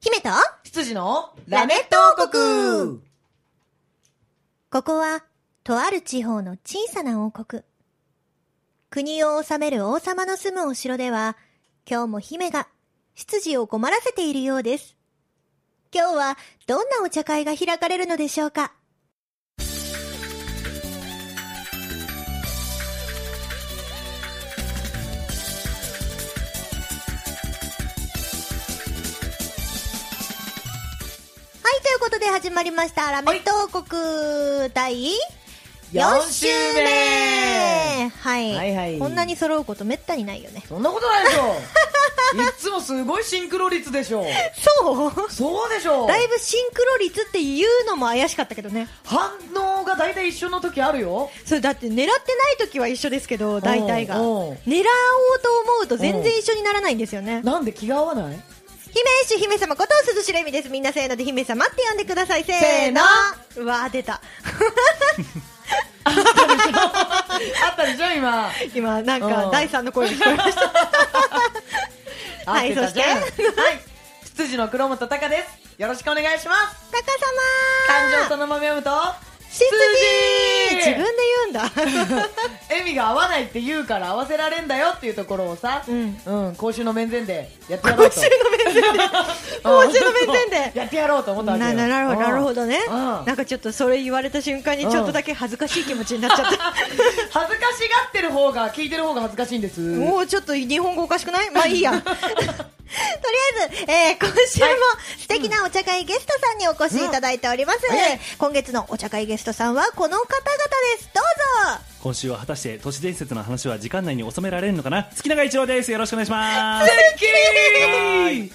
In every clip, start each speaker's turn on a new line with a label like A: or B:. A: 姫と
B: 羊の
A: ラメット王国ここは、とある地方の小さな王国。国を治める王様の住むお城では、今日も姫が、執事を困らせているようです。今日は、どんなお茶会が開かれるのでしょうかはい、ということで始まりました、ラメット王国第4週目はい、
B: はいはい
A: こんなに揃うことめったにないよね。
B: そんなことないでしょ いつもすごいシンクロ率でしょ
A: そう
B: そうでしょ
A: だいぶシンクロ率っていうのも怪しかったけどね。
B: 反応が大体一緒の時あるよ
A: それだって狙ってない時は一緒ですけど、大体が。狙お
B: おうお
A: う
B: う
A: と思うと全然一緒にならないんですよね。
B: なんで気が合わ ない
A: 姫主姫様こと鈴代美です。みんなせーので姫様って呼んでください。せーの。うわー出た。
B: あったでしょ今
A: 今、なん
B: う
A: か
B: ん
A: 第三の声に聞こえま した。はい
B: 合ってたじゃん
A: そ
B: はい羊の黒本隆ですよろしくお願いします
A: タカ
B: 感情
A: 様
B: その豆読むと
A: 執
B: 羊
A: 事自分 で言うんだ。
B: 笑みが合わないって言うから合わせられんだよっていうところをさ、
A: うん
B: うん、公衆の面前でやってやろう
A: 今
B: と
A: 週の面接で。今週の面前で。
B: やってやろうと思ったわけ
A: な
B: よ
A: ななるほどなるほどね
B: うん
A: なんかちょっとそれ言われた瞬間に
B: うん
A: ちょっとだけ恥ずかしい気持ちになっちゃった
B: 恥ずかしがってる方が聞いてる方が恥ずかしいんです
A: もうちょっと日本語おかし くないまあいいや とりあえず、えー今週も素敵なお茶会ゲストさんにお越しいただいております、
B: うんはい
A: 今月のお茶会ゲストさんはこの方々ですどうぞ
C: 今週は果たして都市伝説の話は時間内に収められるのかな月永一郎ですよろしくお願いしますはい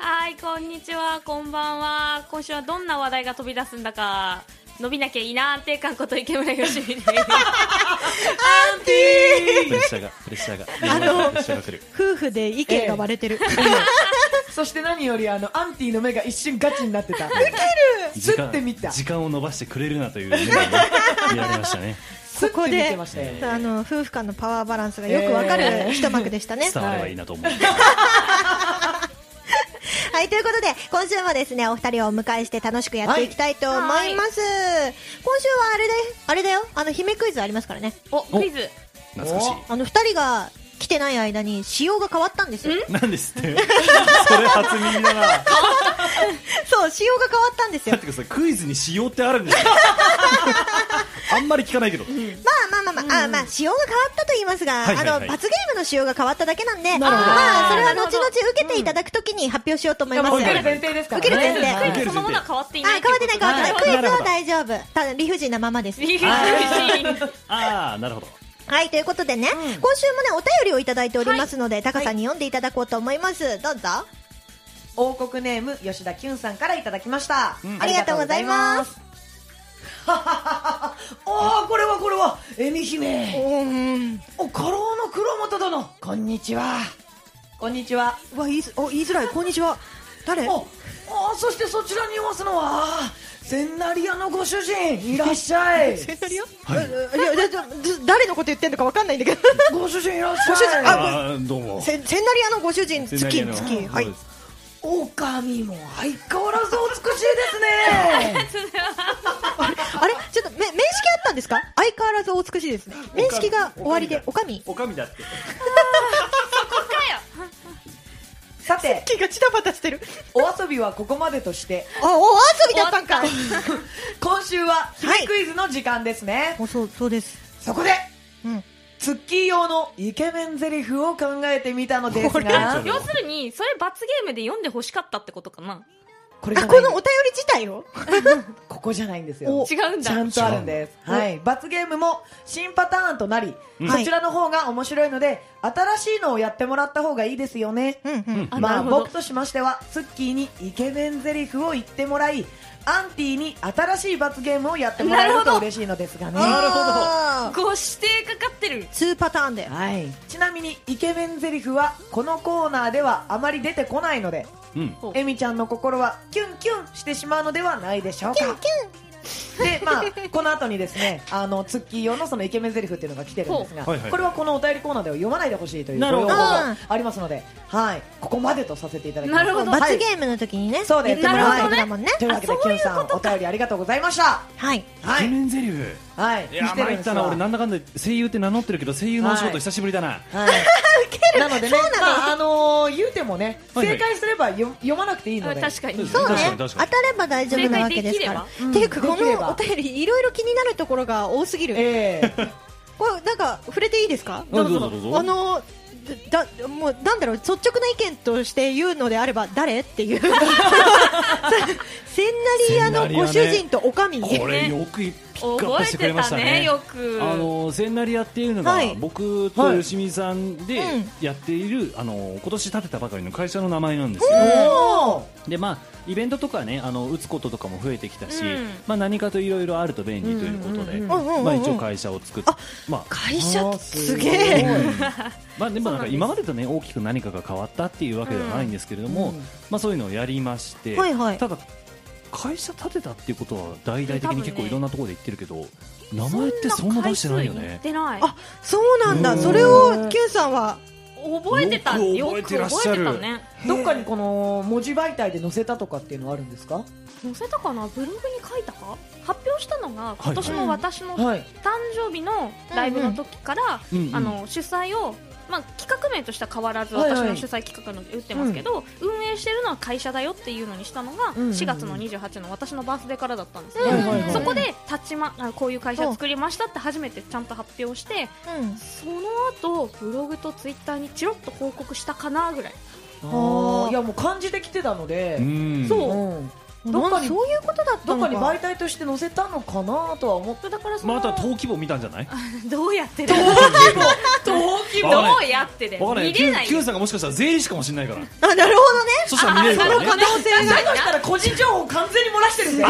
D: はい、こんにちは、こんばんは。今週はどんな話題が飛び出すんだか、伸びなきゃいいな安定感こと池村よし みです。
C: プレッシャーがプレッシャーが
A: あの
C: プレッシャーが来る
A: 夫婦で意見が割れて る、
B: そして何よりあのアンティの目が一瞬ガチになってた
C: 時
B: 吸ってみた
C: 間時間を延ばしてくれるなという夢がね見られましたね
B: こ
A: ここで
B: 見てましたよ
A: あの夫婦間のパワーバランスがよくわかる一幕でしたね、
C: 伝わればいいなと思う、
A: はい、ということで、今週もですね、お二人をお迎えして楽しくやっていきたいと思います。今週はあれで、あれだよ、あの、姫クイズありますからね。
D: お、クイズ。
C: 懐かしい
A: あの、二人が来てない間に仕様が変わったんですよ。
C: なんですってそれ初耳だな
A: そう、仕様が変わったんです
C: だ
A: よ
C: っ。てさクイズにしようってあるんですよあんまり聞かないけど、
A: まあまあまあまあ、あまあ、仕様が変わったと言いますが、
C: はいはいはい
A: あの、罰ゲームの仕様が変わっただけなんで、
B: なるほど
A: まあ、それは
D: なる
A: 後
D: ほど
A: 々受けていただくときに発表しようと思います。
B: 受け
C: い
B: る前提ですから
A: 受ける前
B: ね
A: 提
D: クイ
C: 受け
D: ズ
C: る
D: そのものは変わっていな
A: あ
D: い。、
A: 変わってない変わってない。
C: はい
A: クイズは大丈夫。ただ、理不尽なままです。
D: い。
C: ああなるほど
A: はい、ということでね、今週もね、お便りをいただいておりますので、タカさんに読んでいただこうと思います。どうぞ。
B: 王国ネーム吉田きゅんさんからいただきました、
C: うん
A: ありがとうございます
B: おおこれはこれはえみ姫
A: うん。
B: お家老の黒本殿こんにちはこんにちは
A: わ、言いづ、お、言いづらい、こんにちは。誰
B: おおそしてそちらにいますのはセンナリアのご主人いらっしゃい
A: え、 誰よ。いや、だ、だ、誰のこと言ってんのかわかんないんだけど。
B: ご主人いらっ
A: ご主人
B: しゃい
A: あ
C: ああどうも
A: せ、千成屋のご主人、月、
C: セナリアの
A: 月、はい
C: そうで。す
B: 狼も相変わらずお美しいですね
A: あれ、ちょっと、め、面識あったんですか。相変わらずお美しいですね。面識が終わりで、おかみ。
C: おかみだって
B: さて
A: 気がチタバタしてる。
B: お遊びはここまでとして
A: あ、お、お遊びだったんかい。
B: 今週は
A: はい
B: 姫クイズの時間ですね、
A: お、そう、そうです。
B: そこで
A: うん。
B: ツッキー用のイケメンゼリフを考えてみたのです
A: これ
B: が
D: 要するに、それ罰ゲームで読んで欲しかったってことかな。
B: これじゃ
A: あ、
B: ない
A: このお便り自体を。
B: ここじゃないんです
A: お
B: よ
D: 違うん
B: ちゃ
D: だ。
B: んとあるんです、
A: 違うの
B: はい、罰ゲームも新パターンとなり、
A: ん
B: そちらの方が面白いので新しいのをやってもらった方がいいですよね、
A: うん、うん。
D: あ
B: ま
D: な
B: あ
D: るほ
B: 僕
D: ど。
B: としましてはツッキーにイケメンゼリフを言ってもらいアンティに新しい罰ゲームをやってもらえる
D: なるほ
B: と
D: ど
B: 嬉しいのですがね
A: なる
D: ご指定かかってる。
A: 2パターンで。
B: はい、ちなみにイケメンゼリフはこのコーナーではあまり出てこないので
C: うん
D: お
B: エミちゃんの心はキュンキュンしてしまうのではないでしょう
A: キュン
B: か
A: キュン。
B: で、まあ、この後にですね、あの、ツッキー用のそのイケメンゼリフっていうのが来てるんですが、
C: ほうはいはい
B: これはこのお便りコーナーでは読まないでほしいというご
C: なる
B: 要
C: ほ
B: 望
C: ど
B: がありますので、はい、ここまでとさせていただきます。
D: なるほど
B: はい
E: 罰ゲームの時にね、
B: そう
E: 言
B: で
E: って
B: す
E: もらう
B: なる
E: わ
B: ほ
E: け
B: どね
E: だもんね。
B: というわけで、キュンさん、お便りありがとうございました。
E: はい。
B: は
C: イケメ
B: い。
C: ンゼリフ
B: はい、
C: いや
B: 来て
C: 参
B: るん
C: っ
B: です
C: た
B: わ
C: な俺なんだかんだ声優って名乗ってるけど声優のお仕
B: は
C: 事
B: い
C: 久しぶりだな、
B: はい、なのでね、まあ、あのー、言うてもね、
C: はいはい
B: 正解すればよ読まなくていいので、
D: 確かに
C: そ
E: そうう
C: 確か
E: ね
C: に。
E: 当
C: 確
E: た
C: かに
E: れば大丈夫なわけですから。
B: うん
A: ていうかこ
B: できれば
A: のお便りいろいろ気になるところが多すぎる
B: え え
A: これなんか触れていいですか
C: どうぞどうぞどうぞ
A: あのだだもうなんだろう率直な意見として言うのであれば誰っていうせんなりあ
C: せんな
A: の
C: り屋
A: ご
C: ね
A: 主人とおかみ
C: これよくピックアッ
D: 覚
C: プ
D: え
C: しててくれましたたね
D: ねよく
C: あの千成屋っていうのが、
A: はい
C: 僕と吉見さんで
A: はいうん
C: やっている、あの今年建てたばかりの会社の名前なんですよ、
B: おー
C: でまあ、イベントとかねあの打つこととかも増えてきたし、
D: うん
C: まあ、何かといろいろあると便利ということで、
B: うん
A: うんうんうん
C: まあ、一応会社を作って、まあ
A: 会社
B: あー
A: す
B: す
A: げ
B: げ
A: え
B: え
C: まあ、でもなん
D: そうなん
C: か
D: です
C: 今までと、ね、大きく何かが変わったっていうわけではないんですけれども、
B: うん
C: まあ、そういうのをやりまして、
A: はいはい
C: ただ会社建てたっていうことは大々的に結構いろんなところで言ってるけど、名前ってそんな出してないよ
D: そんな回数言っ
C: ね。
D: てない
A: あそうなんだ
C: うん
A: それをキュンさんは
D: 覚えてた
C: よ
D: よ
C: く覚え
D: く
C: てらっ
D: 覚
C: しゃ
D: え
C: る
D: てたね
B: どっかにこの文字媒体で載せたとかっていうのはあるんですか
D: 載せたかなブログに書いたか発表したのが今年の私の誕
B: はい
D: 生日のライブの時から、
C: うんうん
D: あの主催を、まあ、企画名としては変わらず
B: はいはい
D: 私の主催企画ので打ってますけど、運営してるのは会社だよっていうのにしたのが
B: うんうん
D: 4月の28の私のバースデーからだったんですけ
B: は
D: ど、
B: いはいはい
D: そこで立ち、ま、あこういう会社作りましたって初めてちゃんと発表して
E: うん。
D: その後ブログとツイッターにちろっと報告したかなぐらい
B: あーいやもう感じてきてたので、
C: うん
D: そう
B: うんどっ
A: なんか
B: かに
A: そういうことだった
B: どっか
A: の
B: に
A: か
B: 媒体として載せたのかなとは思って
D: だからその、
C: まあ、あとは登記簿見たんじゃない
D: どうやってだよ
C: わか
D: ど
C: んな
D: う
C: い
D: やってで
C: わかんない
D: 見れない
C: Q, Q さんがもしかしたら税理士かもしれないから
A: あなるほどね
C: そしたら見れるからね
A: 可能性が
B: だとしたら個人情報完全に漏らしてるんで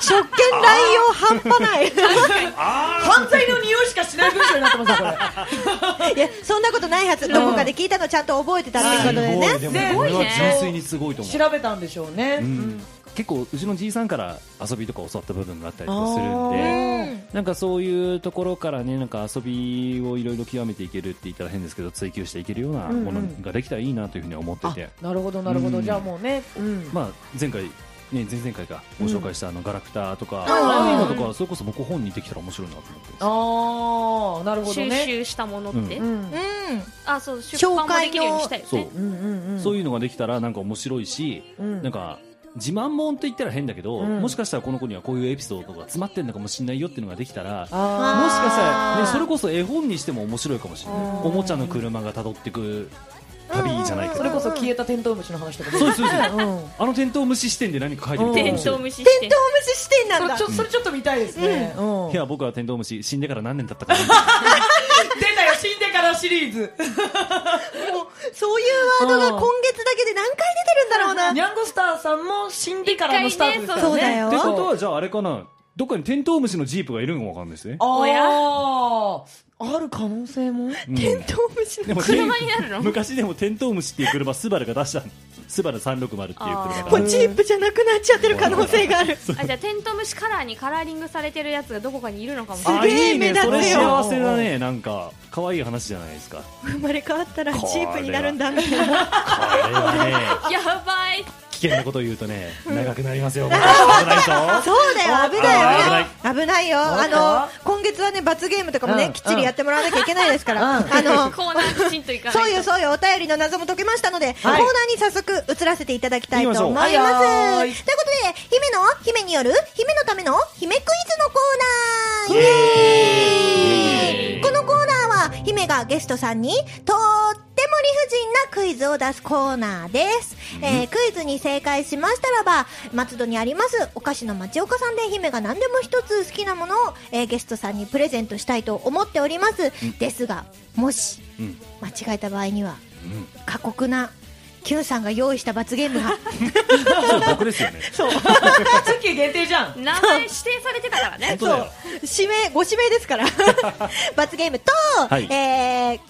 A: 職権乱用半端ない
B: 犯罪の匂いしかしない文章になってます よこれ
A: いやそんなことないはずどこかで聞いたのちゃんと覚えてたっていうことでね
C: すごい
B: ね
C: でもこれは
D: ね
C: 純粋にすごいと思う、
B: 調べたんでしょうね、
C: うん、結構うちのじいさんから遊びとか教わった部分があったりとかするん
B: あ
C: で
B: ー
C: なんかそういうところからねなんか遊びをいろいろ極めていけるって言ったら変ですけど追求していけるような
B: うんうん
C: ものができたらいいなというふうに思ってて、
B: なるほどなるほど、
C: うん
B: じゃあもうね、うん
C: まあ、前回、ね、前々回かご紹介したあのガラクタとか、
B: いはい
C: ああいう
B: はい
C: のとかそれこそ僕本にできたら面白いなと思ってます
B: ああなるほど
D: 収
B: ね
D: 集したものって、
C: う
B: うん
E: うん。
D: あそう出版もできるようにしたいよ
C: そう
D: ね、
B: うんうんうん
C: そういうのができたらなんか面白いし、
B: うん
C: なんか自慢もんと言ったら変だけど、
B: うん
C: もしかしたらこの子にはこういうエピソードが詰まってるのかもしれないよっていうのができたらもし
B: あ
C: かしたら、
A: あ
C: ね、
A: ー
C: それこそ絵本にしても面白いかもしれない
B: あー
C: おもちゃの車が辿ってく旅じゃないけ
B: ー
C: ど、
B: それこそ消えたテントウムシの話とか
C: そうですそうです
B: うん
C: あのテントウムシ視点で何か書いてみて
D: テ
C: も
D: ン
C: 面白
D: ト
C: い
D: ウムシして
A: ホーム視点な
B: そ
A: ん
B: れ
A: だ
B: ちょそれちょっと見たいですね、うん
C: いや僕はテントウムシ死んでから何年経ったか
B: 出たよ死んでからシリーズ
A: もうそういうワードが今月だけで何回出てるんだろうな
B: ニャンゴスターさんも死んでからのスタートですからね
A: そうだよ
C: ってことはじゃああれかなどっかにテントウムシのジープがいるのかわかんないですね
B: あ
D: おや
B: ーある可能性も
C: うん
A: テントウムシの
C: でも
D: 車になるの
C: 昔でもテントウムシっていう車スバルが出したのスバル360っていう車
D: あ
A: も
C: が
A: うジープじゃなくなっちゃってる可能性がある
D: あじゃあテントウムシカラーにカラーリングされてるやつがどこかにいるのかもしれない
C: あ
A: すげえ目立つよ
C: いいねそれ幸せだねなんか可愛い話じゃないですか
A: 生まれ変わったらジープになる んだみたいな
C: これはね
D: やばい
C: 危険なこと言うとね長くなり ますよ危ないぞ
A: そうだよ、危ないよ、危ないよ、
B: わか
A: あ
B: った
A: の今月はね罰ゲームとかも
B: う
A: ね
B: ん
A: きっちりやってもらわなきゃいけないですから、あ
B: うん
A: の
D: コーナーきちんといかないと
A: そうよそうよお便りの謎も解けましたので、コーナーに早速移らせていただきたいと思います。
B: 行きましょうは
A: とい
B: いう
A: ことで姫の姫による姫のための姫クイズのコーナー。イエーイこのコーナーは姫がゲストさんにとっても理不尽なクイズを出すコーナーです、えークイズに正解しましたらば松戸にありますお菓子の町岡さんで姫が何でも一つ好きなものを、えーゲストさんにプレゼントしたいと思っております、ですがもし
C: うん
E: 間違えた場合には過酷な Q さんが用意した罰ゲームが
C: そう僕ですよね
B: ツッキー限定じゃん
D: 名前指定されてたから
C: 本
D: ね
C: 当だよ
A: 指名ご指名ですから罰ゲームと、
C: はい
A: えー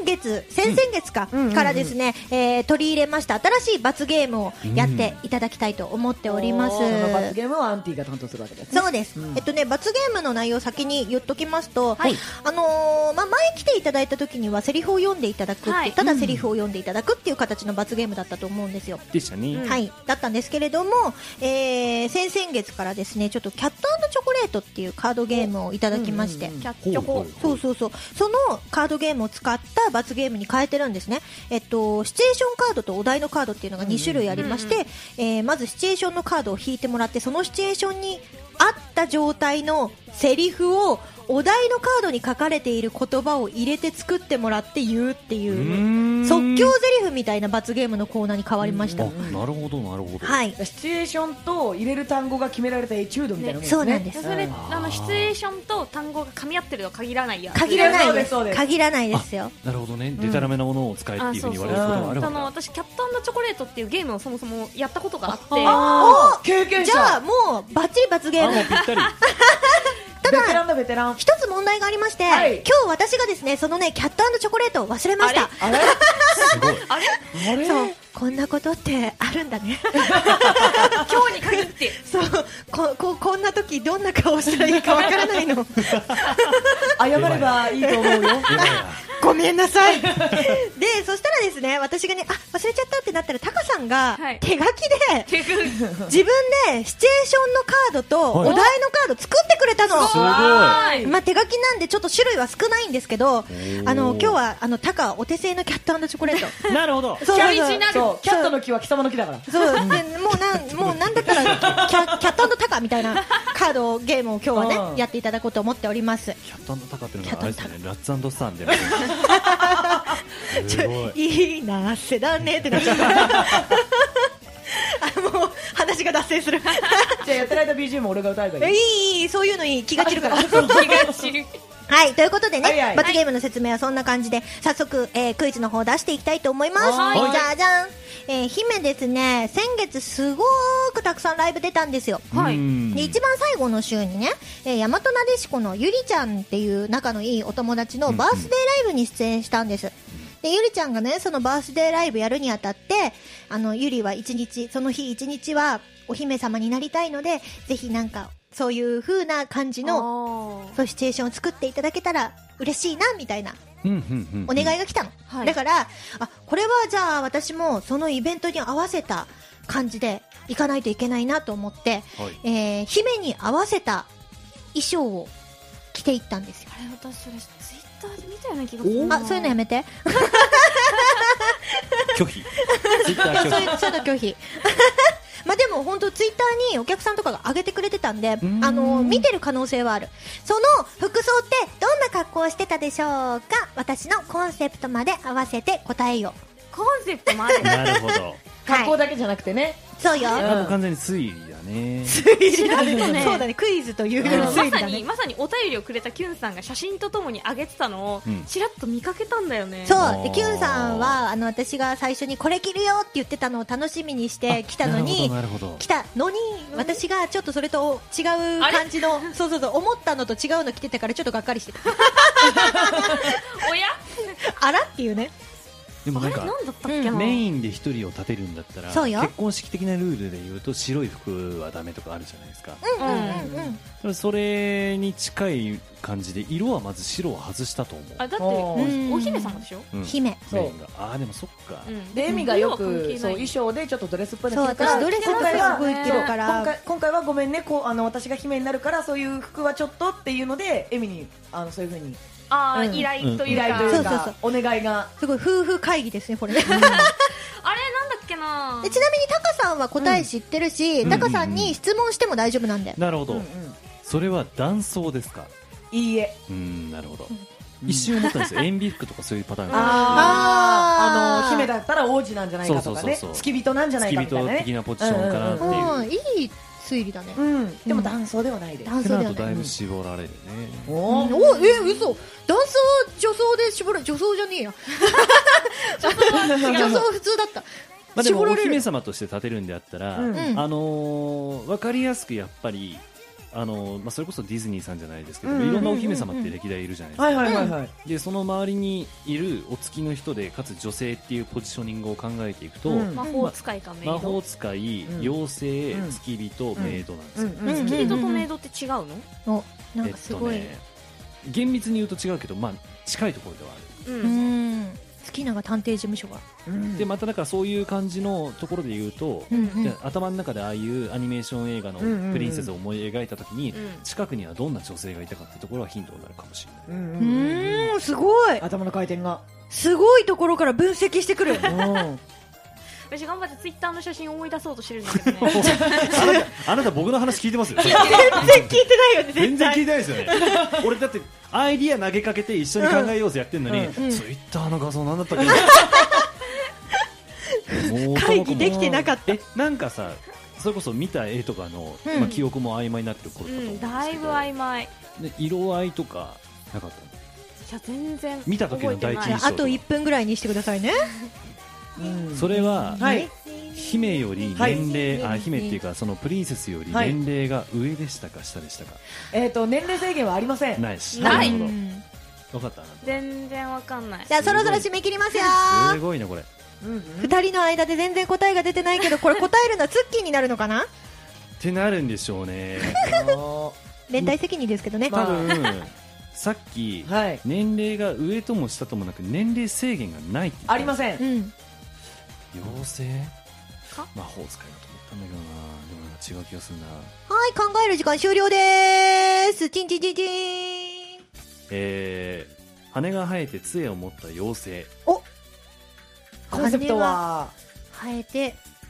A: 先月、先々月か、
B: うんうんうん
A: からですね、えー取り入れました新しい罰ゲームをやっていただきたいと思っております。
B: その罰ゲームをアンティが担当するわけですね。
A: そうです、
B: うん
A: えっとね、罰ゲームの内容を先に言っときますと、
D: はい
A: あのーまあ、前来ていただいた時にはセリフを読んでいただくって、
D: はい
A: ただセリフを読んでいただくっていう形の罰ゲームだったと思うんですよ。
C: でしたね。
A: はい、だったんですけれども、えー先々月からですねちょっとキャットチョコレートっていうカードゲームをいただきまして、
B: うんうんうん
D: キャッチョ
C: ほう
D: コ
C: ほ。
A: そうそうそうそのカードゲームを使った罰ゲームに変えてるんですね、えっと、シチュエーションカードとお題のカードっていうのが2種類ありまして、
D: うん
A: えーまずシチュエーションのカードを引いてもらってそのシチュエーションに合った状態のセリフをお題のカードに書かれている言葉を入れて作ってもらって言うっていうう
C: ーん
A: 即興セリフみたいな罰ゲームのコーナーに変わりました。
C: あなるほどなるほど。。
A: はいい
B: シチュエーションと入れる単語が決められたエチュードみたいなもんですね。
A: そうなんです
D: それ、
B: う
D: あの、シチュエーションと単語が噛み合ってるとは限らないや。
A: 限らない
B: そう
A: で
B: です
A: す
B: そうです
A: 限らないですよ
C: なるほどね。でたらめなものを使えっていうふうに言われることがある
D: あ
C: わ
D: の、
C: け
D: 私、キャットチョコレートっていうゲームをそもそもやったことがあって、
B: あー経験者
A: じゃあもうバッチリ罰ゲー
C: だ。あ
A: ム
C: もうぴったり。
A: ただ
B: ベテランだベテラン
A: 一つ問題がありまして、
B: はい
A: 今日私がですねそのねキャットチョコレートを忘れました
B: あれ
C: すごい。
D: あれ
B: あれ
A: そうこんなことってあるんだね
D: 今日に限って、
A: そうこここんな時どんな顔したらいいかわからな いの
B: 謝ればいいと思 うよ
A: ごめんなさいでそしたらですね私がねあ忘れちゃったってなったらタカさんが
D: はい
A: 手書きで、
D: 結 局、
A: 自分でシチュエーションのカードとお
C: はい
A: 題のカード作ってくれたの、
C: すごい。
D: はーい。
A: まあ、手書きなんでちょっと種類は少ないんですけど
C: ー
A: あの今日はあのタカお手製のキャットチョコレート
C: なるほど。
A: そうそうそう
D: キャリジナル
B: そうキャットの木は貴様の木だから
A: そうでもうなんもうなんだったらキャキャットタカみたいなカードゲームを今日は
B: うん
A: ねやっていただこうと思っております
C: キャットタカっていうのがあれですよね。ラッツスタンで。すごい。
A: いいな世だねってな っちゃったあもう話が脱線 す る
B: じゃあやってる間 BGM 俺が歌えばいい
A: いいいいそういうのいい気が散るから
D: 気が散る。
A: はいということでね、
B: はいはい
A: 罰ゲームの説明はそんな感じで早速、えークイズの方出していきたいと思います
D: はい
A: じゃじゃん、えー姫ですね先月すごーくたくさんライブ出たんですよ
D: はい
C: うん
A: で一番最後の週にね、えー、大和なでしこのゆりちゃんっていう仲のいいお友達のバースデーライブに出演したんです。でゆりちゃんがねそのバースデーライブやるにあたってあのゆりは一日その日一日はお姫様になりたいのでぜひなんかそういう風な感じの
D: の
A: そういうシチュエーションを作っていただけたら嬉しいなみたいな
C: うんうん
A: お
C: うん。
A: 願いが来たの、
D: はい
A: だからあこれはじゃあ私もそのイベントに合わせた感じで行かないといけないなと思って、
C: はい
A: えー姫に合わせた衣装を着ていったんですよ
D: あれ私それツイッターで見たような気が
C: おー
A: あそういうのやめ て
C: 拒否。ツイッター
A: そう
C: 拒
A: いうそういうの拒否 まあでも本当ツイッターにお客さんとかが上げてくれてたんで
C: ん
A: あの見てる可能性はあるその服装ってどんな格好をしてたでしょうか私のコンセプトまで合わせて答えよ
D: コンセプトもあ る
C: 否。なるほど。
B: 格好だけじゃなくてね
A: そう よ
C: あもう完全に推理だね。
D: ね
A: そうだねクイズというより
D: あの
A: 推理
D: まさ
A: だ
D: に
A: ね
D: まさにお便りをくれたキュンさんが写真とともに上げてたのを
C: うん
D: ちらっと見かけたんだよね。
A: そうでキュンさんはあの私が最初にこれ着るよって言ってたのを楽しみにして来たのに
C: なるほどなるほど
A: 来たのに私がちょっとそれと違う感じのそうそうそう思ったのと違うの着てたからちょっとがっかりして た
D: おや
A: あらっていうね
C: でも
D: あ
C: なん
D: れ
C: か
D: 何だったっけな
A: う
C: メインで一人を立てるんだったら
A: そうよ
C: 結婚式的なルールで言うと白い服はダメとかあるじゃないですか、
A: うんうんうんうん
C: それに近い感じで色はまず白は外したと思う
D: あだって
B: お
D: お
A: ー
D: お姫様でしょ。
C: うん
A: 姫
B: そう
C: メインがああでもそっか、
D: うん
B: でエミがよ
D: 色は関
B: く
D: 係
B: そう
D: な
B: 衣
D: い
B: 装でちょっとドレスっぽい
A: そう
B: の着てるか
A: 私
B: ら
A: ドレス
B: 今
A: が
B: 回は
A: すごい着てるか
B: 今
A: ら
B: 回今回はごめんねこうあの私が姫になるからそういう服はちょっとっていうのでエミにあのそういう風に
D: ああ
B: うん
D: 依頼とい
B: 依
D: うか。あれ
B: 頼とい
D: なん
B: う
A: そ
D: だ
A: うそう
B: かお願いが
A: すごい夫婦会 議ですねこれね
D: っけな
A: で。ちなみにタカさんは答え知ってるし、
C: うん
A: タカさんに質問しても大丈夫なんだよ、
C: なるほど、
B: うんうん
C: それは男装ですか
B: いいえ
C: うんなるほど、一瞬思ったんですよ塩ビ服とかそういうパターンが
B: あ
A: あー
B: あの姫だったら王子なんじゃないかとか
C: そうそう
B: ね
C: そうそう
B: 付き人なんじゃない
C: 付
B: か
C: き
B: みたい
C: 人
B: な
C: 的
B: ね
C: なポジションかなっていう、
B: うん
A: うんいい推理だね、
B: うんでも男装ではないです
A: 男
C: って
A: 装で
C: なる
A: は
C: と
A: ない
C: だいぶ絞られるね、
B: おー
A: おえ嘘ダンスは女装で絞られ女装じゃねえや女装普通だった、
C: まあ、でも
A: 絞ら
C: お
A: れ
C: 姫
A: る
C: 様として立てるんであったら、
B: うん
A: うん
C: あのー、分かりやすくやっぱりあのまあ、それこそディズニーさんじゃないですけど、
B: うんうんうんうん
C: いろんなお姫様って歴代いるじゃないですか、
B: はいはいはいはい。
C: でその周りにいるお付きの人でかつ女性っていうポジショニングを考えていくと、
B: うん
D: 魔法使いかメイド
C: 魔法使い、
B: うん
C: 妖精、
B: うん
C: 付き人、
B: ん
C: メイドなんです
B: う
C: よ、
B: んうん
D: メイドとメイドって違うの
A: おなんかすごい、
C: えっとね、厳密に言うと違うけど、まあ、近いところではある、
D: う
A: うんん好きなが探偵事務所が
B: うん
C: でまただからそういう感じのところで言うと、
A: うんうん
C: で頭の中でああいうアニメーション映画の
B: うんうんうん
C: プリンセスを思い描いた時に、
D: うん
C: 近くにはどんな女性がいたかってところはヒントになるかもしれない、
B: うんうんう
A: う
B: ん
A: ーんすごい
B: 頭の回転が。
A: すごいところから分析してくる
D: 私頑張ってツイッターの写真を思い出そうとしてるんだけどね
C: あなたあなた僕の話聞いてますよ
A: 全然聞いてないよね
C: 全然聞いてないですよね俺だってアイディア投げかけて一緒に考えようぜやってんのに、
A: ん
C: ツイッターの画像なんだったっけもう
A: 会議できてなかった
C: えなんかさそれこそ見た絵とかの、
A: うん
C: まあ、記憶も曖昧になってる頃だと思
D: う
C: うん
D: ん
C: ですけど、
D: だいぶ曖昧い
C: で色合いとかなかったの
D: や全然
C: 見た時の第一印
D: 覚えてない
C: 象
A: あと1分ぐらいにしてくださいね
B: うん
C: それは、
B: はい。
C: 姫より年齢、
A: はい
C: あ姫っていうかそのプリンセスより
B: はい
C: 年齢が上でしたか下でしたか、
B: えっと、年齢制限はありません。
C: ないし
D: ない
C: るほ
A: う
C: ど
A: ん
C: 分かったあな
D: 全然わかんない
A: じゃあそろそろ締め切りますよ
C: たすごいなこれ
B: うんうん
A: 2人の間で全然答えが出てないけどこれ答えるのはツッキーになるのかな
C: ってなるんでしょうね
B: あの
A: 連帯責任ですけどね、
B: ま
C: 多
B: あ
C: 分さっき、
B: ーはい。
C: 年齢が上とも下ともなく年齢制限がないって言った
B: ありませ。
A: うんん
C: 妖精
D: か
C: 魔法使いだと思ったんだけどなでもなんか違う気がするな
A: はい考える時間終了ですチンチンチンチン
C: えー、羽が生えて杖を持った妖精
B: コンセプトは、
A: 生えて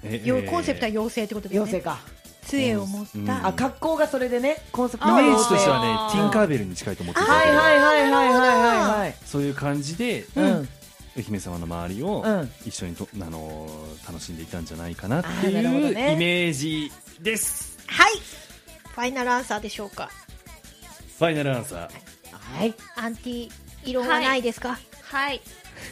C: え
A: よ
C: えー
A: コンセプトは妖精ってことですね
B: 妖精か。
A: 杖を持った、
C: うん
B: あ、格好がそれでね、コンセプ
C: イ
B: トは
C: メ
B: 妖精
C: ージとしてはね
D: あー
C: ティンカーベルに近いと思ってるんだ
B: は
C: け
B: い
C: ど
B: はいはいはいはいはいはい。
C: そういう感じで、
B: うん。
C: お姫様の周りを
B: うん
C: 一緒にと、あのー楽しんでいたんじゃないかなってい
B: あーなるほ
C: う
B: ど
C: イ
B: ね
C: メージです、
A: はいファイナルアンサーでしょうか
C: ファイナルアンサー
B: はい。
A: アンティ異論はないですか、
D: はい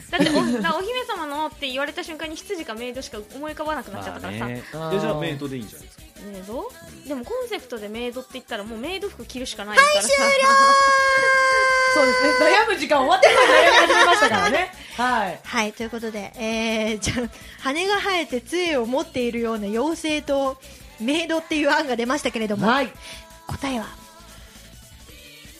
D: だ っておだお姫様のって言われた瞬間に羊かメイドしか思い浮かばなくなっちゃったからさ、
C: まあ ね
B: あー
C: でじゃあメイドでいいんじゃないですか
D: メイドでもコンセプトでメイドって言ったらもうメイド服着るしかないからさ、
B: そうですね。悩む時間終わってから悩み始めましたからね。はい。
A: はいということで、えー、じ ゃあ羽が生えて杖を持っているような妖精とメイドっていう案が出ましたけれども、
B: はい。
A: 答えは大正ロマ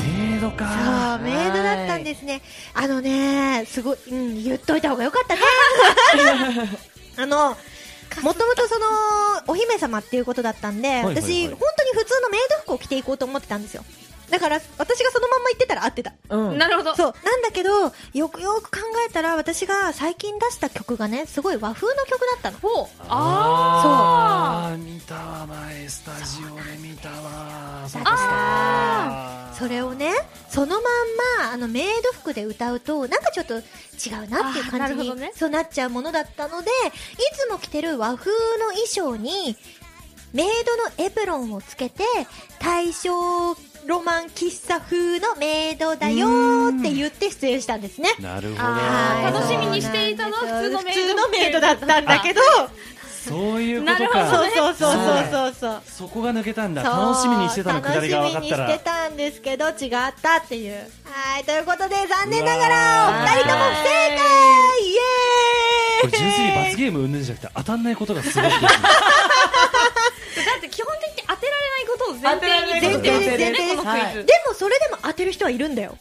A: ン風のメイドでした
C: あ
A: 残
C: ーメイ
A: 念そう
C: ドだったかメイドか
A: メイドだったんですねあのねすごい、うん、言っといた方がよかったね あのもともとそのお姫様っていうことだったんで、
C: いはいはい
A: 私本当に普通のメイド服を着ていこうと思ってたんですよだから私がそのまんま言ってたら合ってた
B: うん。
D: なるほど
A: そうなんだけどよくよく考えたら私が最近出した曲がねすごい和風の曲だったの
D: ほう
C: あ
D: あ
C: ー見たわ前スタジオで見たわそうう
A: なんです
C: か
A: それをねそのまんまあのメイド服で歌うとなんかちょっと違うなっていう
D: あーな
A: 感
D: る
A: じ
D: ほ
A: に、
D: どね
A: そうなっちゃうものだったのでいつも着てる和風の衣装にメイドのエプロンをつけて大正ロマン喫茶風のメイドだよーって言って出演したんですね。
C: なるほ
D: あー
C: ど
D: 楽しみにしていたのは
A: そうなんです
D: 普
A: 普
D: 通
A: 通
D: の
A: の
D: メ
A: メ
D: イ
A: イ
D: ド
A: ド
D: だ
A: だ
D: っ
A: ったた
D: ん
A: ん
D: だ
A: だ
D: け
A: けど
C: そういうこ
D: なる
C: と
D: ほど
C: か
A: そうそうそうそうそう
C: そこが抜けたんだ
A: そう
C: 楽しみにしてたのくだりが分かっ
A: 楽しみ
C: た
A: にし
C: ら
A: てたんですけど違ったっていうはいということで残念ながらお二人とも不正解イエーイ
C: これ純粋に罰ゲームうんぬんじゃなくて当たんないことがすごいですね
D: だって基本的に当てられないことを前
A: 当
D: 提に
A: てられないこと
D: 前提ですよねこの
B: 前
D: ク
B: 提
D: イ
A: でもそれでも当てる人はいるんだよ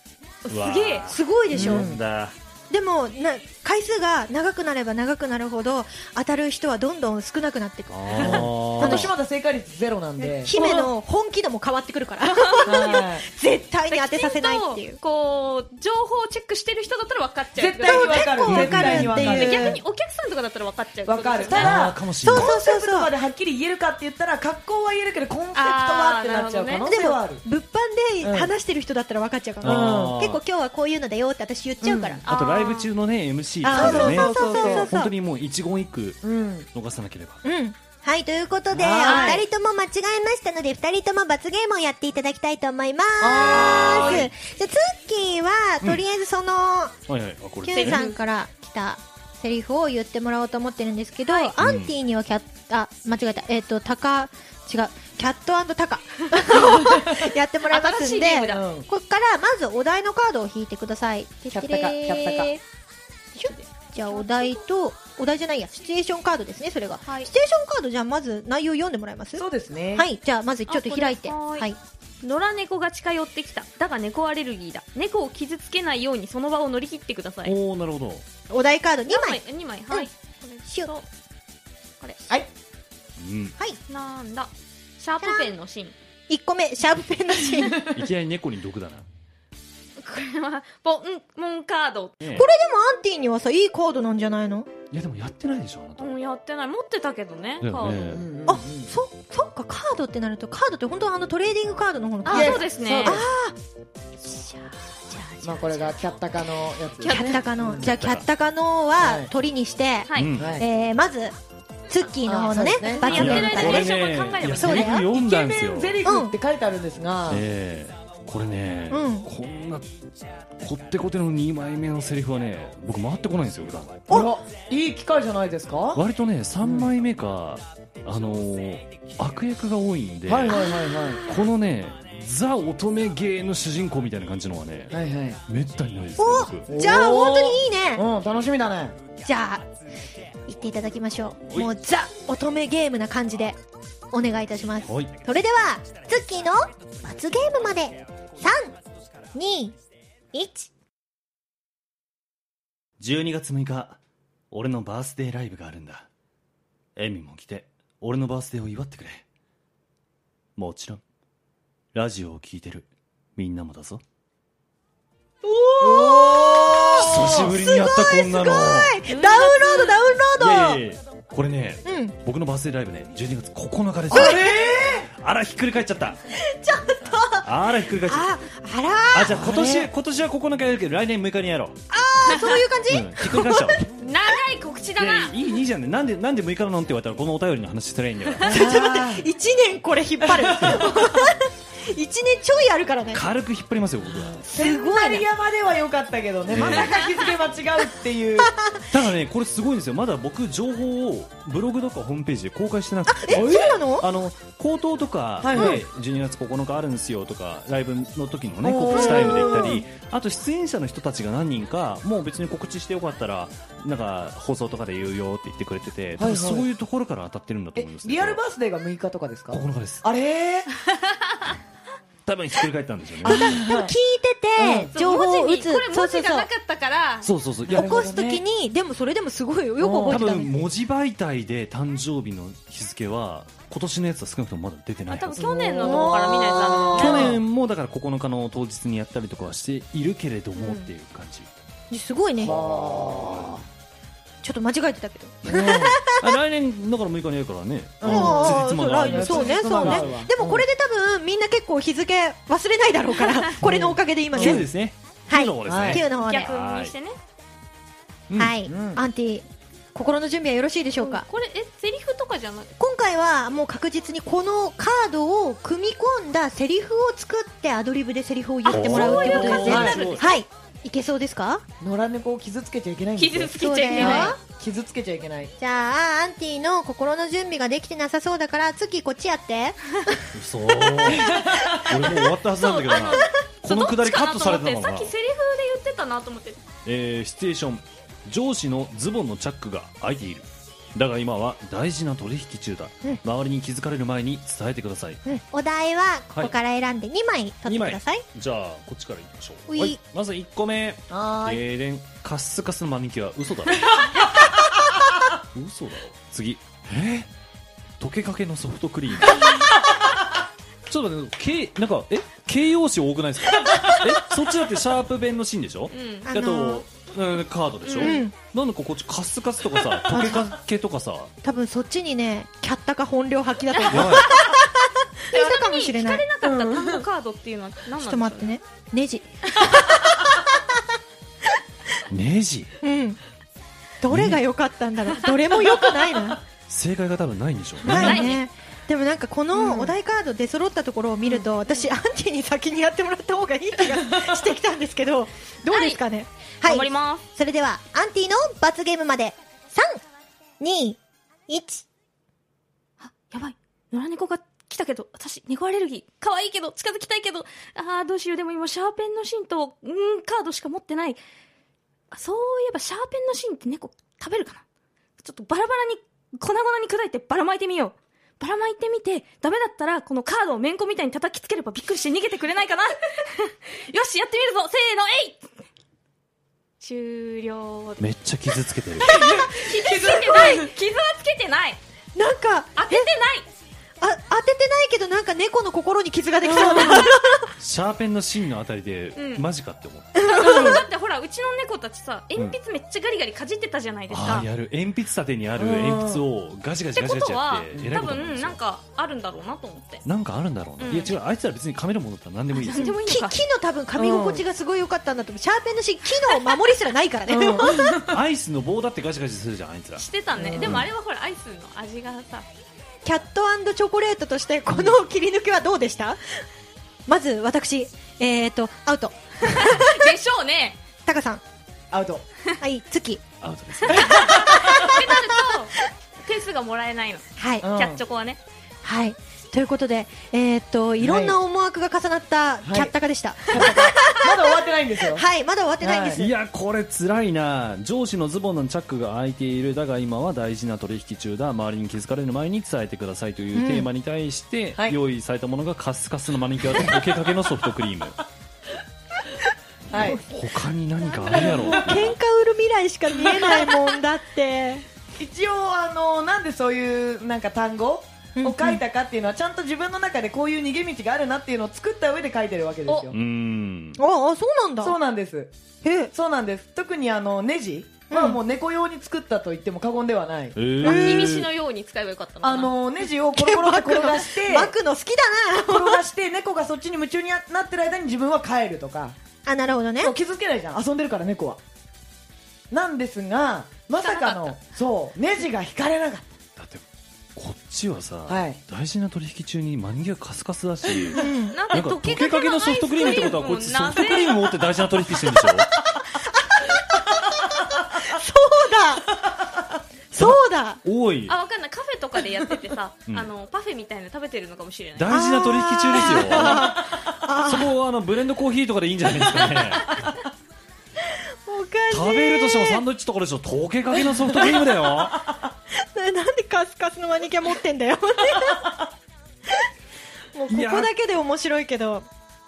D: ズ、
C: うわー
D: すげえ
A: すごいでしょ、
C: なんだ
A: でもな回数が長くなれば長くなるほど当たる人はどんどん少なくなっていく
B: 今
C: 楽
B: 年まだ正解率ゼロなんで。
A: 姫の本気度も変わってくるから
B: はい
A: 絶対に当てさせないっていう
D: こう情報をチェックしてる人だったら分かっちゃう
B: 絶対にわかる。
A: そう結構わかるっていう
B: 絶対にわかる
D: 逆にお客さんとかだったら分かっちゃう
B: わかる。た
D: そうですよね
C: あー
B: だ、
C: かもしれない
A: そうそうそう
B: コンセプトまではっきり言えるかって言ったら、格好は言えるけど、コンセプトはってなっちゃう可能
A: で
B: 性
A: も
B: はある。
A: 物販で話してる人だったら分かっちゃうから、
C: あー
A: 結構今日はこういうのだよって私言っちゃうから、
C: あとライブ中のね MC と
A: あ
C: か
A: ー
C: でね
B: そうそうそうそう
A: そう
C: 本当にもう一言一句
B: うん。
C: 逃さなければ
A: うん。はい、ということで、お
B: はい
A: 二人とも間違えましたので、二人とも罰ゲームをやっていただきたいと思います。
B: は
A: じ
B: ー
A: ゃあ、ツッキーは、とりあえずその、
C: はいはいあこれ
A: Q
C: ね
A: さんから来たセリフを言ってもらおうと思ってるんですけど、アンティーにはキャッあ間違えたえっ、とタカ違うキャットタカやってもらいますん
D: 新しいゲー
A: で
D: ムだ
B: うん
A: ここからまずお題のカードを引いてください。キ
B: ャプタカキャプタカ
A: じゃあお題とお題じゃないやシチュエーションカードですねそれが、
D: はい
A: シチュエーションカードじゃあまず内容読んでもらえます
B: そうですね。
A: はいじゃあまずちょっと開いて
D: あこれはーい
A: はい
D: 野良猫が近寄ってきただが猫アレルギーだ猫を傷つけないようにその場を乗り切ってください
C: おおなるほど
A: お題カード2枚
D: 2枚はい、
A: うん
D: これ
A: シュッ
D: とこれ
B: はい。
C: うん
D: なんだシャープペンの芯こ
A: 1個目シャープペンのシーンこれでも
C: いきなり猫に毒だな
D: れはポンモンカード
C: ねえ
A: アンティにはさいいカードなんじゃないの
C: いやでもやってないでしょあなた
D: うんやってない持ってたけどね
C: だ
D: カ
C: よ
D: ー
C: ね
D: ド
B: うんうんうん
A: あそそっかカードってなるとカードって本当はあのトレーディングカードの方のカー
D: あ
A: ド
B: イエス
D: そうですね
B: そうです
A: じゃあじゃあじゃ
B: まあこれがキャッタカのやつ。
A: あキャッタカのじゃあキ
C: キ
A: ャ
C: ャ
A: ッ
C: ッ
A: タカの
B: は
A: はい鳥にして、
D: はい、
C: うん
B: はい。
A: えーまずツッキーの方のね
B: あーそうですね
A: 罰ゲーム
D: やって
A: か
D: な
A: らね
D: いでしょこれ考えれば
C: いや
A: そうだよ
C: セリフ読ん
B: イ
C: だ
B: ケ
C: んです
B: メ
C: よ
B: ンゼリフって書いてあるんですが、
C: ええこれね、
A: うん
C: こんなこってこての2枚目のセリフはね僕回ってこないんですよ普段
B: あらいい機会じゃないですか。は
C: 割とね3枚目か、あのー悪役が多いんで、
B: いはいはいは
C: このねザ乙女芸の主人公みたいな感じのはね
B: い。はいはい。
C: めったにないですね僕
A: じゃあ本当にいいね
B: うん楽しみだね。
A: じゃあ言っていただきましょう
C: はい
A: もうザ乙女ゲームな感じでお願いいたします
C: はい
A: それではツッキーの罰ゲームまで321
C: 12月6日俺のバースデーライブがあるんだエミも来て俺のバースデーを祝ってくれもちろんラジオを聴いてるみんなもだぞ久しぶりにやったこんなの
A: ダウンロードダウンロード
C: いやいやいやこれね、
A: うん
C: 僕のバースデーライブね12月9日ですあれあらひっくり返っちゃった ちょっとあらひっくり返っちゃった
A: ああら
C: あじゃあ今年今年は9日やるけど来年6日にやろう
A: ーそういう感じ、
C: うん、ひっくり返しちゃおう
D: 長い告知だ
C: いや
D: ない
C: いいいじゃんねなんでなんで6日なのって言われたらこのお便りの話したらいいんだから
A: 1年これ引っ張る1年ちょいあるからね
C: 軽く引っ張りますよ僕は
B: すごい。山では良かったけどね。まさか日付間違うって いう。
C: ただねこれすごいんですよまだ僕情報をブログとかホームページで公開してなく
A: え
C: て
A: そうなの
C: あの口頭とか
B: はいはい
C: で12月9日あるんですよとかライブの時のね
B: おー
C: 告知タイムで言ったりあと出演者の人たちが何人かもう別に告知してよかったらなんか放送とかで言うよって言ってくれてて多分そういうところから当たってるんだと
B: え
C: 思います
B: リアルバ
C: ー
B: ースデーが6日とかですか。
C: 9日です
B: あれー。
C: 多分ひっくり返ったんですよね
A: 多分聞いてて、
D: そう
A: 情報を打
D: 文
A: つ
D: 字にこれ
A: そ
D: 文
A: うそ
D: 字
A: う
D: が
A: そう
D: なかったから
C: そうそうそういや
A: 起こすときにでもそれでもすごいよく覚え
C: 多
A: てた
C: 分
A: ね
C: 文字媒体で誕生日の日付は今年のやつは少なくともまだ出てな
D: あ
C: いは
D: 多
C: ず
D: 分去年のとこから見ないとダメなんだ
C: 去年もだから9日の当日にやったりとかはしているけれどもっていう感じ、
A: すごいね
B: あ
A: ちょっと間違えてたけど
B: ー。
C: あ来年だから6日にやるからね
B: うん
A: ああ
C: つじつまが合うよ
B: 来年
A: そうね
B: つじつ
A: そ
B: ま
A: う
B: が
A: ね
B: 合うわ
A: でもこれで多分みんな結構日付忘れないだろうからこれのおかげで今
C: 9で
A: ね
C: すね
A: はい
C: 9の方です
B: はい
C: ね、
A: 9の方で
D: 逆にしてね
C: うん
A: はい
B: うん
A: アンティ心の準備はよろしいでしょうか
D: これえセリフとかじゃない
A: 今回はもう確実にこのカードを組み込んだセリフを作ってアドリブでセリフを言ってもらうってことですね
C: あ
A: は
C: そういう感じになるん
A: い
C: です
A: はいいけそうですか
B: 野良猫を傷つけちゃいけないんですよ。
D: 傷つけちゃいけ
A: そうだ
D: ない
A: よ
B: はい傷つけちゃいけない。
A: じゃあアンティの心の準備ができてなさそうだから次こっちやって
C: 嘘俺もう終わったはずなんだけどなこのくだりカットされてたのか
D: さっ
C: な
D: きセリフで言ってたなと思って
C: えーシチュエーション上司のズボンのチャックが開いているだが今は大事な取引中だ、
A: うん
C: 周りに気づかれる前に伝えてください
A: お題はここから選んで2枚取ってください、
C: じゃあこっちからいきましょう
A: うい
C: はい、まず1個目
B: はーい。
C: えーれんカッスカスのマニキュア嘘だ ろ嘘だろ次えー溶けかけのソフトクリ ームちょっと待ってけなんかえ形容詞多くないですかえそっちだってシャープ弁のシーンでしょ
D: たうん
A: あの
C: あ
A: ー
C: と、うんカードでしょ、
A: うん
C: なんでこっちカスカスとかさ溶けかけとかさ
A: 多分そっちにねキャッタか本領発揮だと思う
C: や ばい
A: 聞いたかもしれない
D: なかった単語カードっていうのは何なん
A: ちょっと待ってねネジ
C: ネジ
A: うん どれが良かったんだろうどれも良くないな
C: 正解が多分ないんでしょうね
A: ない
D: ない
A: ねでもなんかこのお題カードで揃ったところを見ると、私、アンティに先にやってもらった方がいい気がしてきたんですけど、どうですかね。
E: はい
D: 頑張ります。
A: それでは、アンティの罰ゲームまで、3、2、1。
D: あ、やばい。野良猫が来たけど、私、猫アレルギー。可愛いけど、近づきたいけど、あー、どうしよう。でも今、シャーペンの芯と、うーん、カードしか持ってない。あそういえば、シャーペンの芯って猫、食べるかなちょっとバラバラに、粉々に砕いてばらまいてみよう。ばらまいてみて、ダメだったら、このカードをめんこみたいに叩きつければびっくりして逃げてくれないかな よし、やってみるぞせーの、えい終了です。
C: めっちゃ傷つけてる
D: 傷はつけてない傷はつけてない
A: なんか、
D: 当ててない
A: あ、当ててないけど、なんか猫の心に傷ができそうな。
C: シャーペンの芯のあたりで、
D: うん
C: マジかって思った
D: だってほらうちの猫たちさ鉛筆めっちゃガリガリかじってたじゃないです
C: あ
D: か、
C: あーやる鉛筆立てにある
B: うん
C: 鉛筆をガチガ
D: っ
C: チ
D: て
C: ガ
D: こ
C: チガチ
D: と
C: や
D: は
C: ってえらい
D: 多
C: ことになるんで
D: 分
C: すよ
D: なんかあるんだろうなと思って
C: なんかあるんだろうな、
D: うん
C: いや違うあいつら別に紙のものだったら何でもいいで す
D: 何
C: よ
D: でもいい
A: 木
D: のか
A: 木の多分噛み心地がすごい良かったんだと思う。シャーペンの芯、木の守りすらないからね。
C: アイスの棒だってガチガチするじゃんあいつら
D: してたね、でもあれはほらアイスの味がさ
A: キャットチョコレートとしてこの切り抜けはどうでしたまず私、えーと、アウト。
D: でしょうね
A: タカさん。
B: アウト
A: はい、月。
C: アウトです
D: ってなると点数がもらえないの
A: はい。
B: うん
D: キャッチョコはね
A: はい。ということで、えーと、いろんな思惑が重なったキャッタカでした。はい、
B: まだ終わってないんですよ
A: まだ終わってないんです。
C: いやこれ辛いな上司のズボンのチャックが開いているだが今は大事な取引中だ周りに気づかれる前に伝えてくださいといううんテーマに対して、
B: はい
C: 用意されたものがカスカスのマニキュアと溶けかけのソフトクリーム
B: はい
C: 他に何かあるやろ
A: 喧嘩売る未来しか見えないもんだって。
B: 一応あのなんでそういうなんか単語を書いたかっていうのはちゃんと自分の中でこういう逃げ道があるなっていうのを作った上で書いてるわけですよ
C: うーん
A: ああ、そうなんだ。
B: そうなんです
A: へ
B: そうなんです特にあのネジはもう猫用に作ったと言っても過言では ない、
C: えー
D: 意味しのように使えばよかったのか
B: あ
D: な
B: のネジをコロコロと転が して
A: 巻くの好きだな。
B: 転がして猫がそっちに夢中になってる間に自分は帰るとか
A: あ、なるほどね
B: そ。う傷つけないじゃん遊んでるから猫はなんですがまさか
D: 引かな
B: のそうネジが引かれなかっ
C: だってこっちはさ、
B: はい
C: 大事な取引中にマニキュアカスカスだし
D: なん
C: なん
D: か
C: か
D: 溶
C: 溶
D: け
C: けか
D: かけ
C: け
D: の
C: の
D: ソ
C: ソフト
D: フトク
C: ク
D: リ
C: リ
D: ー
C: ー
D: ム
C: ム
D: っ
C: っててこととはこいつソフトクリーム持って
D: こはこいつソフトクリー
C: 大事な取引してるんでしょ
A: そうだ。そうだ。
C: 多い
D: あわかんないカフェとかでやっててさ、
C: うん
D: あのパフェみたいなの食べてるのかもしれない
C: 大事な取引中ですよ そこはあのブレンドコーヒーとかでいいんじゃないですかね
A: おかしい。
C: 食べるとしてもサンドイッチとかでしょ溶けかけのソフトクリームだよ
A: ななんでカスカスのマニキュア持ってんだ よもうこ
C: い
A: こ
C: や
A: だけで面白いけど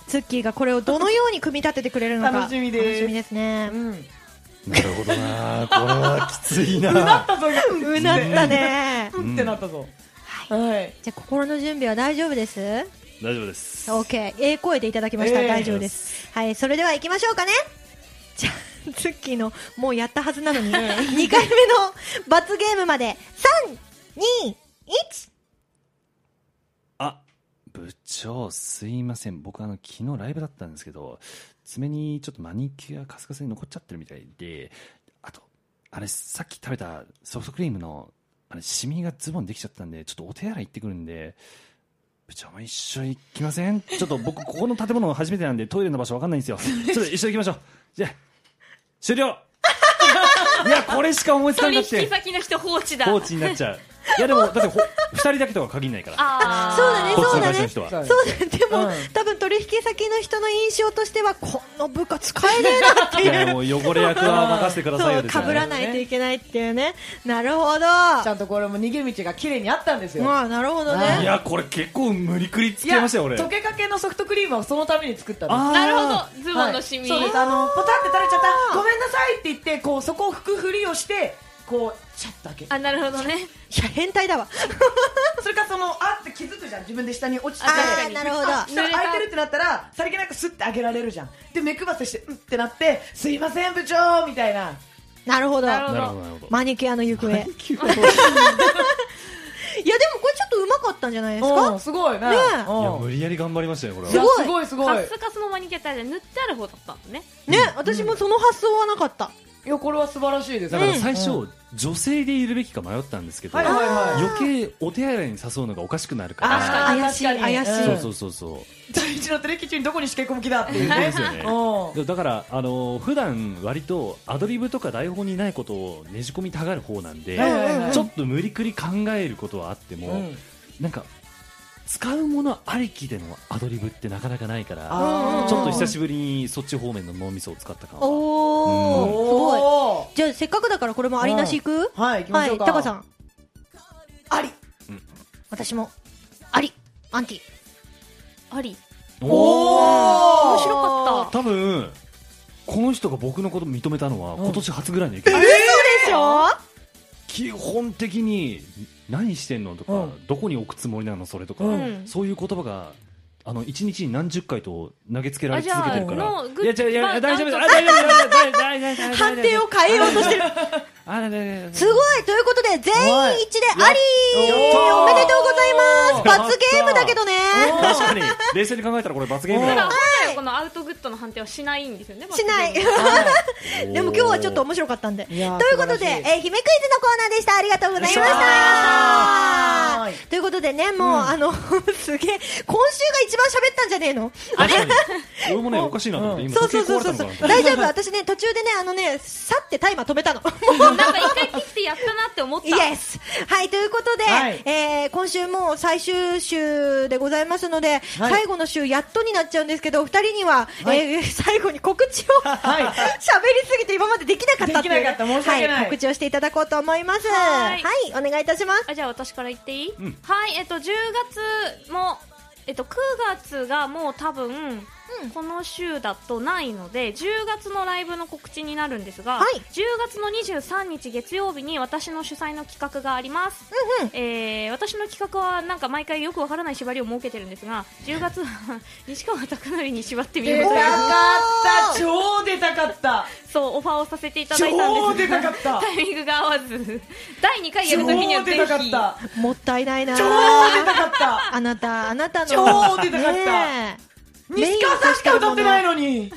A: ツッキーがこれをどのように組み立ててくれるのか
B: 楽しみです
A: 楽しみです
B: た
A: ね
B: うん
C: なるほどなこれはきついな
B: あそういう
A: うなったね
B: うんってなったぞはい
A: じゃあ心の準備は大丈夫です
C: 大丈夫です、
A: OK ええ声でいただきました、
B: ええ
A: 大丈夫ですはいそれでは行きましょうかねじゃあツッキーのもうやったはずなのに2回目の罰ゲームまで321
C: あ部長すいません僕あの昨日ライブだったんですけど爪にちょっとマニキュアカスカスに残っちゃってるみたいであとあれさっき食べたソフトクリームのあれシミがズボンにできちゃったんでちょっとお手洗い行ってくるんで部長も一緒行きませんちょっと僕ここの建物初めてなんでトイレの場所わかんないんですよちょっと一緒行きましょうじゃあ終了 いやこれしか思いつかな
D: 取
C: か
D: 引
C: った
D: 先の人放置だ
C: 放置になっちゃういやでもだってほ二人だけとは限らないから
D: あー
A: そうだね
C: こっち
A: そう
C: の
A: だ
C: 会
A: ね
C: 社の人は
B: そう
A: そうだねでも、
B: うん
A: 多分取引先の人の印象としてはこの部下使えねえなって
C: いや
A: いう
C: もう汚れ役は任せ てください
A: そ
C: よ
A: う
C: です
A: か
C: よ
A: ぶら
C: ね
A: ないといけないっていうねなるほど
B: ちゃんとこれも逃げ道が綺麗にあったんですよ
A: まあなるほど
B: ない
A: ね
C: いやこれ結構無理くりつ
B: い
C: けましたよ俺
B: 溶けかけのソフトクリームはそのために作ったんです
C: あー
D: なるほどズボンのシミ、
B: はい、そうですあのポタって垂れちゃったごめんなさいって言ってこうそこを拭くふりをしてこうシャッと開ける
D: あなるほどね
A: いや変態だわ
B: それかそのあって気づくじゃん自分で下に落ちてて
D: 確
A: あ
D: か
A: ー
D: に
A: なるほど
B: 下に開いてるってなったらさりげなくスッて開けられるじゃんで目配せしてうんってなってすいません部長みたいな
A: なるほど
D: なるほど
C: なるほどなるほど
A: マニキュアの行方いやでもこれちょっとうまかったんじゃないですか、
B: うんすごいな、
A: ねえ
C: いや
B: うん
C: 無理やり頑張りましたよこれ
B: いや
C: は
A: す
B: す
A: ご
B: ごいすごい
D: カスカスのマニキュアってあれ塗ってある方だったのね
A: ね私もその発想はなかった
B: いやこれは素晴らしいです
C: だから最初女性でいるべきか迷ったんですけど、
B: はいはいはい
C: 余計お手洗いに誘うのがおかしくなるか
B: あー
C: ら
B: 確かに確かに
A: 怪しい怪しい
C: そう
B: う
C: そ
B: ん
C: うそうそう
B: 第一のテレキ中にどこにしけ込む気だっていう
C: 本当
B: ね
C: ですよ ね
B: う
C: でだから、あのー普段割とアドリブとか台本にないことをねじ込みたがる方なんで、
B: んはいはいはい
C: ちょっと無理くり考えることはあっても、
B: うん
C: なんか使うものありきでのアドリブってなかなかないから
B: あー
C: ちょっと久しぶりにそっち方面の脳みそを使った感は
A: おー、すごい。
B: おー
A: じゃあせっかくだからこれもありなしいく、
B: はい、行きま
A: は
B: しょう
A: い、
B: か。
A: タカさん。
B: あり。
A: 私も。あり。アンティ。
D: あり
B: おー
D: 面白かっ
C: 多分この人が僕のこと認めたのは今年初ぐらいの勢い、
A: でしょ
C: 基本的に何してんのとか、
B: うん
C: どこに置くつもりなのそれとか、
D: うん
C: そういう言葉があの一日に何十回と投げつけられ続けてるか
D: あじゃあ
C: ら
D: のグッ
C: いや違うい
D: ま
C: や
D: あ
C: 大丈夫です
D: な
C: あ
D: ん
C: 大丈夫です大丈夫です
A: 判定を変えようとしてる。
C: あ大丈夫です
A: すごいということで、全員一致であり
B: お
A: おめでとうございます
C: やった
A: 罰ゲームだけどね
C: 確かに冷静に考えたらこれ罰ゲーム
D: ただ
C: だ
D: 本来はこのアウトグッドの判定はしないんですよね
A: し ない。
D: 罰ゲーム
A: でも今日はちょっと面白かったんで。と
B: い
A: い
B: やー
A: うこと
B: 素晴ら
A: で、
B: しい
A: えー姫クイズのコーナーでした。ありがとうございました。
B: ありがとうございました
A: ということでね、もう、あの、 すげえ、今週が一番喋ったんじゃねえの
C: 確かに俺もねおかしいなと思って今
A: そう
C: 時計
A: そうそ
C: 壊
A: う
C: れ
A: そ
C: た
A: う
C: のかなと思って
A: 大丈夫私ね途中でねあのねさってタイマー止めたの
D: なんか一回切ってやったなって思った
A: イエスはいということで、
B: はい
A: えー今週もう最終週でございますので、最後の週やっとになっちゃうんですけどお二人には、
B: はい
A: えー最後に告知を
B: はい
A: 喋りすぎて今までできなかったっていう
B: できなかった申し訳ない
A: は告知をしていただこうと思いますは
D: はいい
A: お願いいたします
D: あじゃあ私から言っていい、
C: ん
D: はいえっと10月もえっと9月がもう多分、この週だとないので10月のライブの告知になるんですが、
A: はい
D: 10月の23日月曜日に私の主催の企画があります、
A: うんうん
D: えー私の企画はなんか毎回よくわからない縛りを設けてるんですが10月 は西川貴教に縛ってみよう
B: 出
D: と
B: た
D: いう
B: かった超出たかった
D: そうオファーをさせていただいたん
B: 超
D: で
B: 出
D: すが
B: たかった
D: タイミングが合わず第2回やるときには
B: 超
D: ぜ
B: 出
D: ひ
B: たかった
A: もったいないな
B: 超出たかった
A: あなたあなたの
B: 超出たかった
A: ねえ
B: 西川さんしか歌ってないのに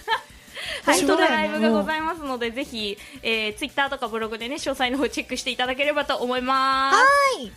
D: は
A: そ
D: いう
A: だ
D: 当の
A: よね
D: ライブがございますので、ぜひ、えー、ツイッターとかブログでね、詳細の方チェックしていただければと思い ます。
A: はい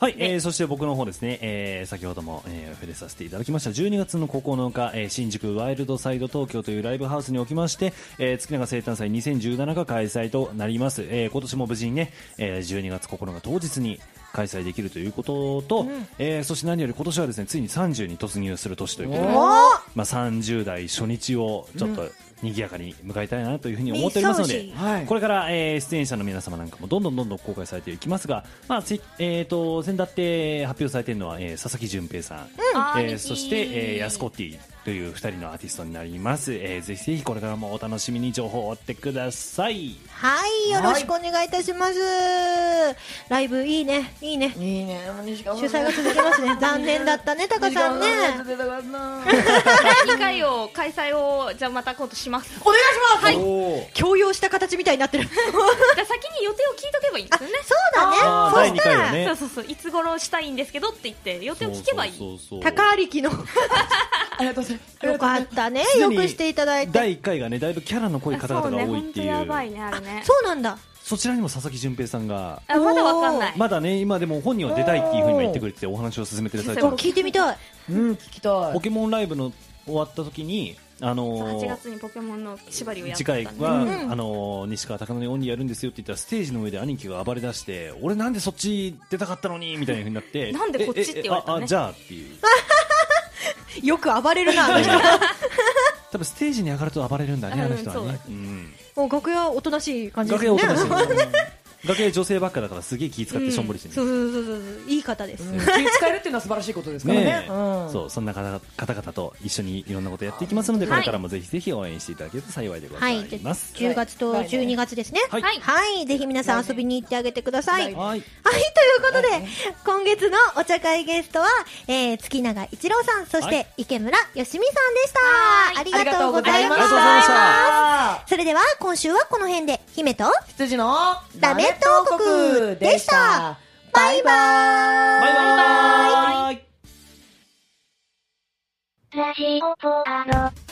C: はい、えーそして僕の方ですね、えー先ほども、えー触れさせていただきました12月の9日、えー新宿ワイルドサイド東京というライブハウスにおきまして、えー月永生誕祭2017が開催となります、えー今年も無事にね、えー12月9日当日に開催できるということと、えーそして何より今年はですねついに30に突入する年ということで、
A: お
C: ま
A: ー
C: あ、30代初日をちょっと賑やかに迎えたいなというふうに思っておりますので、
A: ね
B: はい
C: これから、えー出演者の皆様なんかもどんどんどんどん公開されていきますが、まあ、ついえー、と先だって発表されているのは、えー佐々木純平さん、
D: あー
C: えーそして、えー、ヤスコッ
D: ぜ
C: ティという2人のアーティストになります、えーぜひぜひこれからもお楽しみに情報を追ってください
A: はい、よろしくお願いいたします。ライブいいね、いいね。
B: いいねもう西川
A: 主催が続きます ね。残念だったね、タカさんね。
B: 出たかった
D: ひ2回を、開催を、じゃあまた今度します。
A: お願いします。はい。
C: おー
A: 強要した形みたいになってる。
D: じゃあ先に予定を聞いとけばいいんで
A: あ、
D: す
A: そう
D: よね。
A: だ
C: あ
A: ね。そ
C: ー
A: うし
C: 第二
A: た
C: 回
A: ら
C: は、ね
D: そうそうそう、いつ頃したいんですけどって言って、予定を聞けばいい。
C: そうそうそうそう
A: 高力の。
B: ありがとうございます
A: よかったね。
C: すで
A: よ
C: に
A: くしていただいて。
C: 第1回がねだいぶキャラの濃い
D: あ
C: 方々
D: そうね、
C: が多いって
D: 本当
C: いう
D: やばいね、あれね。
A: そうなんだ。
C: そちらにも佐々木純平さんが
D: あまだわかんない。
C: まだね今でも本人は出たいっていうふうにも言ってくれててお話を進めてる最中なんですけど
A: 聞いてみたい。
B: うん聞きた
C: ポ
B: い
C: ケモンライブの終わった時に、あの
D: 8
C: ー
D: 月にポケモンの縛りをやった
C: 次
D: んで
C: 回は、あのー西川貴教オンリーやるんですよって言ったらステージの上で兄貴が暴れ出して俺なんでそっち出たかったのにみたいな風になって
D: なんでこっち
C: ええ
D: って言われたのね
C: ああじゃあって いう
A: よく暴れる な、あの人。
C: 多分ステージに上がると暴れるんだね、
D: うん
C: あの人は
D: そうだ
C: ね
D: ね、
C: うん、
A: もう楽屋おとなしい感じで
C: 楽
A: すね。
C: 屋男だし楽屋女性ばっかだからすげえ気使ってしょんぼりして
A: そうそうそうそう。いい方です。
B: うん気使えるっていうのは素晴らしいことですからね
C: ねえ
B: うん
C: そうそんな方々方々と一緒にいろんなことやっていきますので、
D: はい
C: これからもぜひぜひ応援していただけると幸いでござ
A: はいい。で
C: ます。
A: 10月と12月ですね。
C: はい
A: はい。ぜひ皆さん遊びに行ってあげてください。
C: はい
A: はい、ということで、今月のお茶会ゲストは、えー、月永一郎さん、そし
C: は
A: て池村よしみさんでした。
D: は
A: ありがとうございま
C: ありがとうご
A: す。
C: ざいました
A: それでは、今週はこの辺で、姫と、
B: 羊の
A: ダメット王国でしたバイバーイ
C: バイバイ
B: イ
F: ラジオポアド。